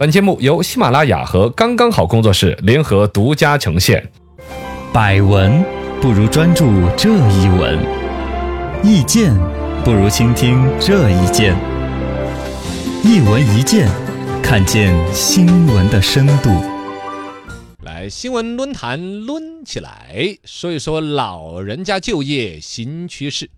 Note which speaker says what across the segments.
Speaker 1: 本节目由喜马拉雅和刚刚好工作室联合独家呈现。
Speaker 2: 百闻不如专注这一闻，意见不如倾听这一见。一闻一见，看见新闻的深度。
Speaker 1: 来，新闻论坛抡起来，说一说老人家就业新趋势。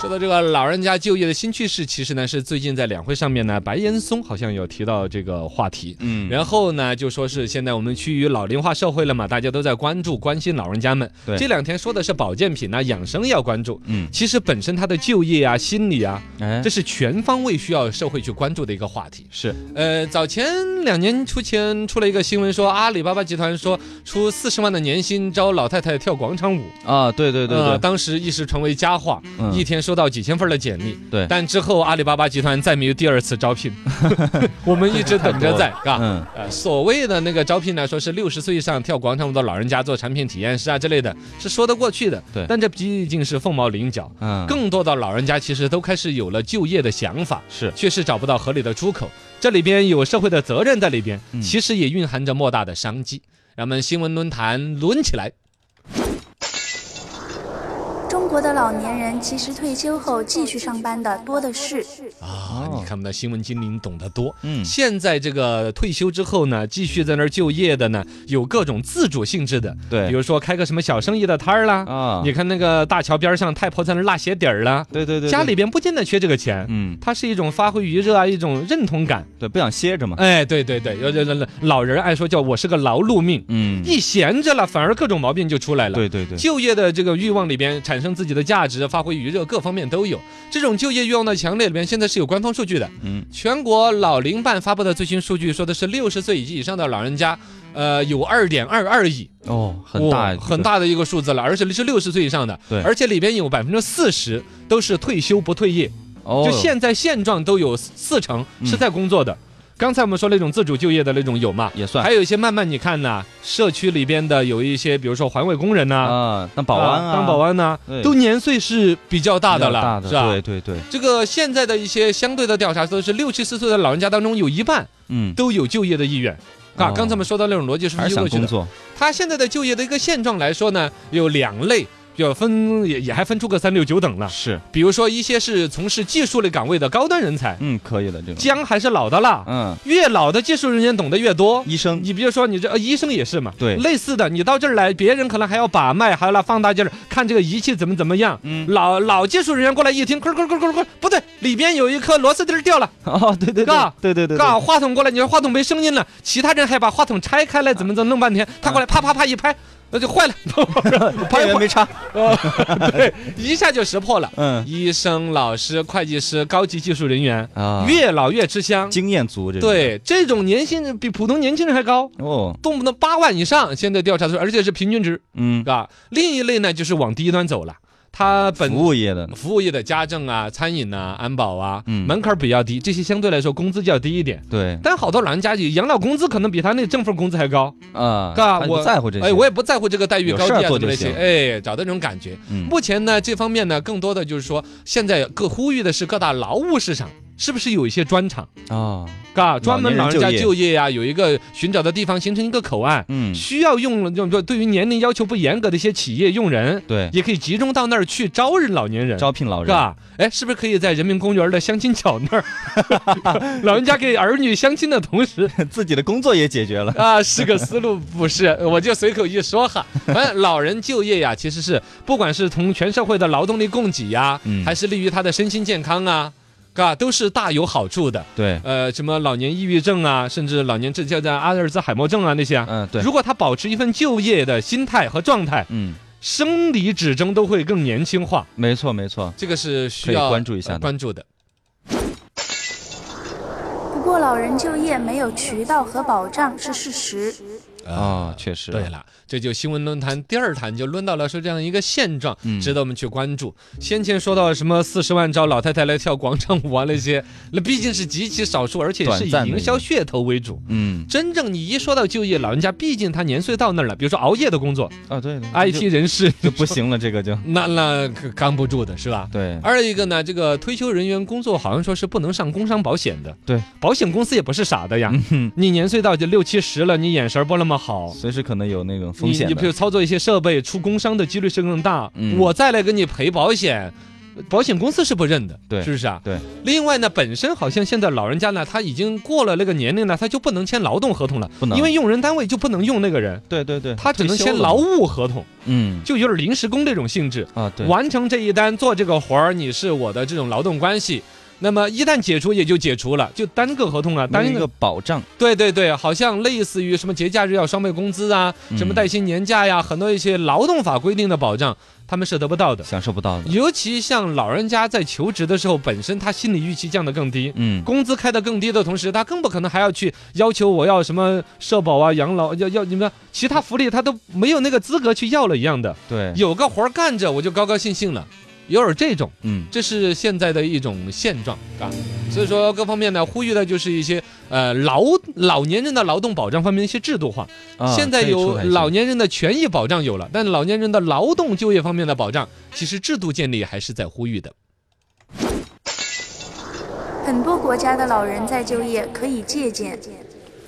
Speaker 1: 说到这个老人家就业的新趋势，其实呢是最近在两会上面呢，白岩松好像有提到这个话题。
Speaker 2: 嗯，
Speaker 1: 然后呢，就说是现在我们趋于老龄化社会了嘛，大家都在关注关心老人家们。
Speaker 2: 对
Speaker 1: 这两天说的是保健品呐、养生要关注。
Speaker 2: 嗯
Speaker 1: 其实本身他的就业啊、心理啊，
Speaker 2: 哎
Speaker 1: 这，是全方位需要社会去关注的一个话题。
Speaker 2: 是
Speaker 1: 呃，早前两年出前出了一个新闻说，阿里巴巴集团说出四十万的年薪招老太太跳广场舞，
Speaker 2: 啊，对对对
Speaker 1: 呃
Speaker 2: 对，
Speaker 1: 当时一时传为佳话，
Speaker 2: 嗯
Speaker 1: 一天收到几千份的简历。
Speaker 2: 对
Speaker 1: 但之后阿里巴巴集团再没有第二次 招聘，我们一直等着在，嘎。
Speaker 2: 嗯
Speaker 1: 呃，所谓的那个招聘来说是六十岁以上跳广场舞的老人家做产品体验师啊之类的，是说得过去的。
Speaker 2: 对
Speaker 1: 但这毕竟是凤毛麟角。
Speaker 2: 嗯，
Speaker 1: 更多的老人家其实都开始有了就业的想法，
Speaker 2: 是
Speaker 1: 确实找不到合理的出口。这里边有社会的责任在里边
Speaker 2: 嗯，
Speaker 1: 其实也蕴含着莫大的商机。咱们新闻论坛抡起来，
Speaker 3: 中国的老年人其实退休后继续上班的多的是。
Speaker 1: 啊，
Speaker 2: 哦
Speaker 1: 你看我们的新闻精灵懂得多。
Speaker 2: 嗯
Speaker 1: 现在这个退休之后呢，继续在那儿就业的呢，有各种自主性质的，比
Speaker 2: 对
Speaker 1: 如说开个什么小生意的摊儿啦，
Speaker 2: 啊，
Speaker 1: 你看那个大桥边上太婆在那儿落鞋底儿啦，
Speaker 2: 对对对，
Speaker 1: 家
Speaker 2: 对
Speaker 1: 里边不见得缺这个钱，
Speaker 2: 嗯，
Speaker 1: 它是一种发挥余热啊，一种认同感。
Speaker 2: 对，不想歇着嘛，
Speaker 1: 哎，对对对，有有有老人爱说叫我是个劳碌命，
Speaker 2: 嗯，
Speaker 1: 一闲着了，反而各种毛病就出来了。
Speaker 2: 对对对，
Speaker 1: 就业的这个欲望里边，产生自己的价值，发挥余热，各方面都有。这种就业欲望的强烈里边，现在是有官方数据的。
Speaker 2: 嗯，
Speaker 1: 全国老龄办发布的最新数据说的是，六十岁以及以上的老人家，呃，有二点二二亿，
Speaker 2: 哦，很大
Speaker 1: 哇很，大的一个数字了，而且是六十岁以上的，
Speaker 2: 对
Speaker 1: 而且里边有百分之四十都是退休不退业，
Speaker 2: 哦，嗯
Speaker 1: 就现在现状都有四成是在工作的。刚才我们说那种自主就业的那种有嘛，
Speaker 2: 也算
Speaker 1: 还有一些慢慢你看呐、社区里边的有一些，比如说环卫工人呐、
Speaker 2: 啊，当保安啊，
Speaker 1: 当保安呐、
Speaker 2: 对
Speaker 1: 都年岁是比较大的
Speaker 2: 比较大
Speaker 1: 了，
Speaker 2: 的
Speaker 1: 是吧
Speaker 2: 对？对对，
Speaker 1: 这个现在的一些相对的调查都是六七十岁的老人家当中有一半
Speaker 2: 嗯，
Speaker 1: 都有就业的意愿。啊
Speaker 2: 哦，
Speaker 1: 刚才我们说到那种逻辑是不
Speaker 2: 还
Speaker 1: 是
Speaker 2: 是
Speaker 1: 就过
Speaker 2: 想
Speaker 1: 去的
Speaker 2: 工？作，
Speaker 1: 他现在的就业的一个现状来说呢，有两类，就分也也还分出个三六九等了。
Speaker 2: 是，
Speaker 1: 比如说一些是从事技术类岗位的高端人才，
Speaker 2: 嗯，可以了，这个，
Speaker 1: 姜还是老的辣，
Speaker 2: 嗯，
Speaker 1: 越老的技术人员懂得越多。
Speaker 2: 医生，
Speaker 1: 你比如说你这、呃、医生也是嘛，
Speaker 2: 对
Speaker 1: 类似的，你到这儿来，别人可能还要把脉，还要来放大镜儿看这个仪器怎么怎么样。
Speaker 2: 嗯，
Speaker 1: 老老技术人员过来一听，咯咯咯咯咯，不对，里边有一颗螺丝钉儿掉了，
Speaker 2: 哦，对对对
Speaker 1: 嘎，
Speaker 2: 对对对，对
Speaker 1: 嘎，话筒过来，你说话筒没声音了，其他人还把话筒拆开
Speaker 2: 啊
Speaker 1: 来，怎么怎么弄半天，他过来啪啪啪一拍，那就 坏了，
Speaker 2: 电源没插，
Speaker 1: 哦，对，一下就识破了。
Speaker 2: 嗯，
Speaker 1: 医生、老师、会计师、高级技术人员，
Speaker 2: 啊，
Speaker 1: 越老越吃香。
Speaker 2: 经验足，这是，
Speaker 1: 对，这种年薪人比普通年轻人还高，
Speaker 2: 哦，
Speaker 1: 动不动八万以上。现在调查出来，而且是平均值，
Speaker 2: 嗯，
Speaker 1: 啊。另一类呢，就是往低端走了，他本
Speaker 2: 服务业的，
Speaker 1: 服务业的家政啊、餐饮呐、安保啊，
Speaker 2: 嗯
Speaker 1: 门槛比较低，这些相对来说工资较低一点。
Speaker 2: 对，
Speaker 1: 但好多老人家养老工资可能比他那正份工资还高，
Speaker 2: 啊，
Speaker 1: 嘎
Speaker 2: 他就不
Speaker 1: 我
Speaker 2: 在乎这些，
Speaker 1: 哎，我也不在乎这个待遇
Speaker 2: 有
Speaker 1: 高
Speaker 2: 事儿
Speaker 1: 低啊
Speaker 2: 做
Speaker 1: 什么那
Speaker 2: 就
Speaker 1: 些，哎，找到那种感觉。
Speaker 2: 嗯，
Speaker 1: 目前呢，这方面呢，更多的就是说，现在各呼吁的是各大劳务市场是不是有一些专场，
Speaker 2: 啊，
Speaker 1: 嘎，专门老人
Speaker 2: 老
Speaker 1: 家
Speaker 2: 年人
Speaker 1: 就业呀、有一个寻找的地方，形成一个口岸，
Speaker 2: 嗯，
Speaker 1: 需要用用对对于年龄要求不严格的一些企业用人，
Speaker 2: 对，
Speaker 1: 也可以集中到那儿去招人老年人。
Speaker 2: 招聘老
Speaker 1: 是
Speaker 2: 人，
Speaker 1: 吧？哎，是不是可以在人民公园的相亲角那儿，老人家给儿 女相亲的同时，
Speaker 2: 自己的工作也解决了，
Speaker 1: 啊，是个思路，不是，我就随口一说哈。反正老人就业呀，其实是不管是从全社会的劳动力供给呀，
Speaker 2: 嗯
Speaker 1: 还是利于他的身心健康啊，啊，都是大有好处的。
Speaker 2: 对，
Speaker 1: 呃，什么老年抑郁症啊，甚至老年这叫叫阿尔兹海默症啊那些啊。
Speaker 2: 嗯，对，
Speaker 1: 如果他保持一份就业的心态和状态，
Speaker 2: 嗯，
Speaker 1: 生理指征都会更年轻化，
Speaker 2: 没错没错，
Speaker 1: 这个是需
Speaker 2: 可以
Speaker 1: 要
Speaker 2: 关注一下
Speaker 1: 呃
Speaker 2: 的
Speaker 1: 关注的。
Speaker 3: 不过，老人就业没有渠道和保障是事实。
Speaker 1: 呃
Speaker 4: 啊，确实，
Speaker 1: 对，了，这就新闻论坛第二谈就论到了说这样一个现状，
Speaker 4: 嗯
Speaker 1: 值得我们去关注。先前说到什么四十万招老太太来跳广场舞啊那些，那毕竟是极其少数，而且是以
Speaker 4: 短暂的
Speaker 1: 营销噱头为主。
Speaker 4: 嗯，
Speaker 1: 真正你一说到就业，老人家毕竟他年岁到那儿了，比如说熬夜的工作
Speaker 4: 啊，对了
Speaker 1: ，IT 人士
Speaker 4: 就就不行了，这个就
Speaker 1: 那那可扛不住的是吧？
Speaker 4: 对，
Speaker 1: 二一个呢，这个退休人员工作好像说是不能上工伤保险的，
Speaker 4: 对，嗯
Speaker 1: 保险公司也不是傻的呀。你年岁到就六七十了，你眼神儿不那么好，
Speaker 4: 随时可能有那种风
Speaker 1: 你
Speaker 4: 险
Speaker 1: 你比如
Speaker 4: 的，
Speaker 1: 操作一些设备出工伤的几率是更大，
Speaker 4: 嗯
Speaker 1: 我再来给你赔保险。保险公司是不认的，
Speaker 4: 对
Speaker 1: 是不是啊？
Speaker 4: 对。
Speaker 1: 另外呢，本身好像现在老人家呢，他已经过了那个年龄了，他就不能签劳动合同了，
Speaker 4: 不能
Speaker 1: 因为用人单位就不能用那个 人，
Speaker 4: 对对对，
Speaker 1: 他只能
Speaker 4: 退休
Speaker 1: 签
Speaker 4: 了
Speaker 1: 劳
Speaker 4: 嘛，
Speaker 1: 务合同，
Speaker 4: 嗯
Speaker 1: 就有点临时工这种性质。
Speaker 4: 啊，对，
Speaker 1: 完成这一单做这个活儿，你是我的这种劳动关系。那么一旦解除也就解除了，就单个合同啊，
Speaker 4: 当
Speaker 1: 单
Speaker 4: 一个保障，
Speaker 1: 对对对，好像类似于什么节假日要双倍工资啊，
Speaker 4: 嗯
Speaker 1: 什么带薪年假呀，很多一些劳动法规定的保障，他们是得不到的。
Speaker 4: 享受不到的，
Speaker 1: 尤其像老人家在求职的时候，本身他心理预期降得更低，
Speaker 4: 嗯，
Speaker 1: 工资开得更低的同时，他更不可能还要去要求我要什么社保啊、养老要要你们其他福利，他都没有那个资格去要了一样的。
Speaker 4: 对，
Speaker 1: 有个活儿干着，我就高高兴兴了，有点这种，
Speaker 4: 嗯
Speaker 1: 这是现在的一种现状，啊。所以说各方面呢，呼吁的就是一些呃劳老年人的劳动保障方面的一些制度化。
Speaker 4: 啊
Speaker 1: 现在
Speaker 4: 可以出
Speaker 1: 有
Speaker 4: 台一些
Speaker 1: 老年人的权益保障有了，但老年人的劳动就业方面的保障，其实制度建立还是在呼吁的。
Speaker 3: 很多国家的老人在就业可以借鉴。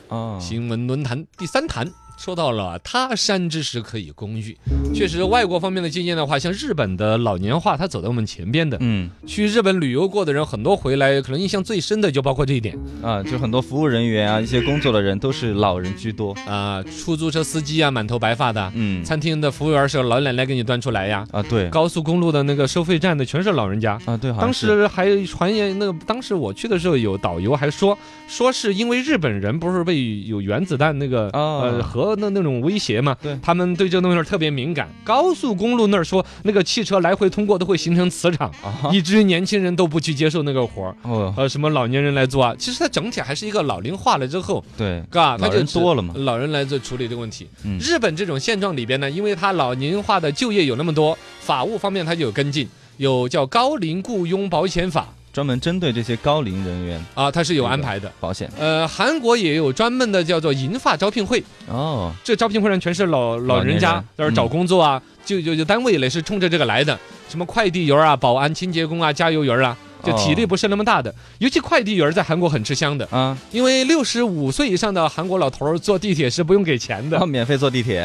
Speaker 4: 啊，
Speaker 1: 新闻论坛第三坛。说到了他山之石可以攻玉，确实外国方面的经验的话，像日本的老年化，它走在我们前边的。
Speaker 4: 嗯
Speaker 1: 去日本旅游过的人很多，回来可能印象最深的就包括这一点
Speaker 4: 啊，就很多服务人员啊，一些工作的人都是老人居多，
Speaker 1: 啊、出租车司机啊，满头白发的，
Speaker 4: 嗯
Speaker 1: 餐厅的服务员是老奶奶给你端出来呀，
Speaker 4: 啊，对
Speaker 1: 高速公路的那个收费站的全是老人家。
Speaker 4: 啊，对，好像
Speaker 1: 当
Speaker 4: 是
Speaker 1: 时还传言，那个当时我去的时候，有导游还说，说是因为日本人不是被有原子弹那个、
Speaker 4: 啊
Speaker 1: 呃核那那种威胁嘛，
Speaker 4: 对
Speaker 1: 他们对这东西儿特别敏感。高速公路那儿说，那个汽车来回通过都会形成磁场，
Speaker 4: 啊，
Speaker 1: 以至于年轻人都不去接受那个活儿。
Speaker 4: 哦，
Speaker 1: 呃，什么老年人来做啊？其实它整体还是一个老龄化了之后，
Speaker 4: 对，
Speaker 1: 嘎，它
Speaker 4: 老
Speaker 1: 啊就
Speaker 4: 人
Speaker 1: 只
Speaker 4: 多了嘛
Speaker 1: 老人来做处理这个问题。
Speaker 4: 嗯
Speaker 1: 日本这种现状里边呢，因为它老龄化的就业有那么多，法务方面它就有跟进，有叫高龄雇佣保险法
Speaker 4: 专门针对这些高龄人员
Speaker 1: 啊，它是有
Speaker 4: 对的
Speaker 1: 安排的。
Speaker 4: 保险
Speaker 1: 呃，韩国也有专门的叫做银发招聘会，
Speaker 4: 哦，
Speaker 1: 这招聘会上全是老老
Speaker 4: 老年
Speaker 1: 人家
Speaker 4: 人
Speaker 1: 在这儿找
Speaker 4: 嗯
Speaker 1: 工作啊，就就就单位也是冲着这个来的，什么快递员啊、保安、清洁工啊、加油员啊，就体力
Speaker 4: 哦
Speaker 1: 不是那么大的，尤其快递员在韩国很吃香的。
Speaker 4: 啊，
Speaker 1: 因为六十五岁以上的韩国老头儿坐地铁是不用给钱
Speaker 4: 然后
Speaker 1: 的，
Speaker 4: 免费坐地 铁，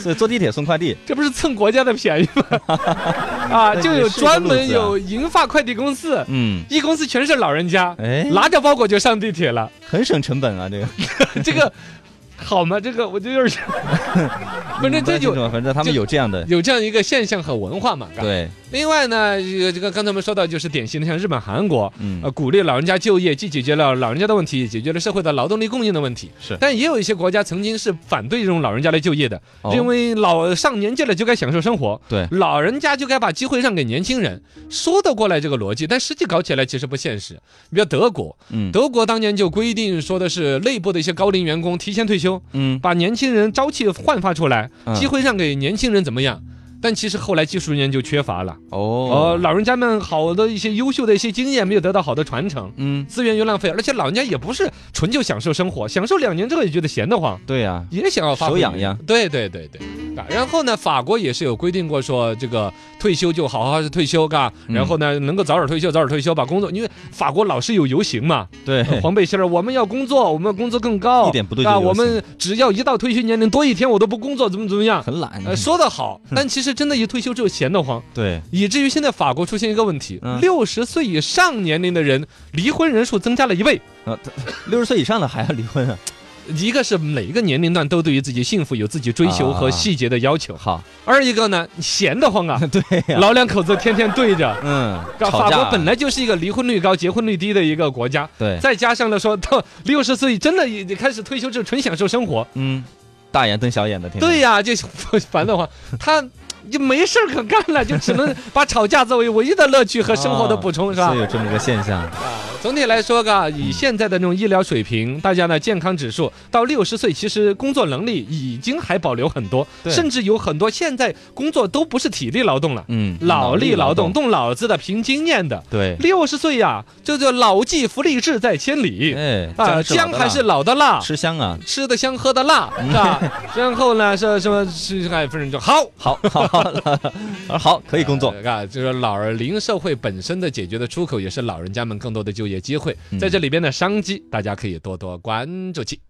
Speaker 4: 所以坐地铁送快递，
Speaker 1: 这不是蹭国家的便宜 吗？啊，就有专门有银发快递公司，
Speaker 4: 嗯，
Speaker 1: 一公司全是老人家，
Speaker 4: 哎，
Speaker 1: 拿着包裹就上地铁 了，
Speaker 4: 很省成本啊，这个，
Speaker 1: 这个好吗？这个我就有 点儿，反正这
Speaker 4: 不太清
Speaker 1: 就
Speaker 4: 楚啊反正他们有这样的，
Speaker 1: 有这样一个现象和文化嘛。嘎。
Speaker 4: 对，
Speaker 1: 另外呢，这个这个刚才我们说到就是典型的像日本、韩国，
Speaker 4: 嗯
Speaker 1: 呃，鼓励老人家就业，既解决了老人家的问题，也解决了社会的劳动力供应的问题。
Speaker 4: 是
Speaker 1: 但也有一些国家曾经是反对这种老人家来就业的，
Speaker 4: 哦
Speaker 1: 认为老上年纪了就该享受生活，
Speaker 4: 对
Speaker 1: 老人家就该把机会让给年轻人，说得过来这个逻辑，但实际搞起来其实不现实。你比如德国，
Speaker 4: 嗯
Speaker 1: 德国当年就规定说的是内部的一些高龄员工提前退休，
Speaker 4: 嗯，
Speaker 1: 把年轻人朝气焕发出来，
Speaker 4: 嗯
Speaker 1: 机会让给年轻人怎么样？但其实后来技术人员就缺乏了。呃，
Speaker 4: 哦，
Speaker 1: 老人家们好的一些优秀的一些经验没有得到好的传承，
Speaker 4: 嗯，
Speaker 1: 资源又浪费，而且老人家也不是纯就享受生活，享受两年之后也觉得闲得慌，
Speaker 4: 对啊呀，
Speaker 1: 也想要发挥
Speaker 4: 手痒痒。
Speaker 1: 对对对对，啊，然后呢，法国也是有规定过说这个退休就好好地退休，嘎，
Speaker 4: 嗯
Speaker 1: 然后呢能够早点退休，早点退休，把工作，因为法国老是有游行 嘛，
Speaker 4: 对，
Speaker 1: 黄背心儿，我们要工作，我们要工作更高，
Speaker 4: 一点不对劲
Speaker 1: 啊，
Speaker 4: 游行
Speaker 1: 呃我们只要一到退休年龄多一天我都不工作，怎么怎么 样。
Speaker 4: 很懒，
Speaker 1: 呃，说得 好，但其实真的，一退休之后闲得慌，
Speaker 4: 对，
Speaker 1: 以至于现在法国出现一个问题
Speaker 4: 嗯：
Speaker 1: 六十岁以上年龄的人离婚人数增加了一倍。
Speaker 4: 啊，六十岁以上的还要离婚啊，
Speaker 1: 一个是每一个年龄段都对于自己幸福有自己追求和
Speaker 4: 啊
Speaker 1: 细节的要求，
Speaker 4: 好，
Speaker 1: 二一个呢闲得慌啊，
Speaker 4: 对呀，
Speaker 1: 老两口子天天对着。
Speaker 4: 嗯，
Speaker 1: 法
Speaker 4: 吵架
Speaker 1: 国
Speaker 4: 啊
Speaker 1: 本来就是一个离婚率高、结婚率低的一个国家，
Speaker 4: 对，
Speaker 1: 再加上了说到六十岁真的也开始退休就纯享受生活，
Speaker 4: 嗯，大眼瞪小眼的，天天
Speaker 1: 对呀、就烦得慌，他就没事儿可
Speaker 4: 啊
Speaker 1: 干了，就只能把吵架作为唯一的乐趣和生活的补充，是吧
Speaker 4: 所以？有这么个现象，
Speaker 1: 啊，总体来说，
Speaker 4: 嗯
Speaker 1: 嘎，以现在的那种医疗水平，大家呢健康指数到六十岁，其实工作能力已经还保留很多，
Speaker 4: 对
Speaker 1: 甚至有很多现在工作都不是体力劳动了，
Speaker 4: 嗯，
Speaker 1: 脑力劳动，
Speaker 4: 动，
Speaker 1: 动脑子的，凭经验的。
Speaker 4: 对，
Speaker 1: 六十岁呀，这叫老骥伏枥，志在千里。
Speaker 4: 哎，
Speaker 1: 啊，
Speaker 4: 是老
Speaker 1: 姜
Speaker 4: 的
Speaker 1: 还
Speaker 4: 辣嗯
Speaker 1: 是老的辣，
Speaker 4: 吃香啊，
Speaker 1: 吃的香，喝的辣，是吧？然后呢，是什么是哎，不是就好。
Speaker 4: 好，好，好，好，可以工作，
Speaker 1: 呃啊，就是老儿零售会本身的解决的出口，也是老人家们更多的就业机会
Speaker 4: 嗯。
Speaker 1: 在这里边的商机，大家可以多多关注起。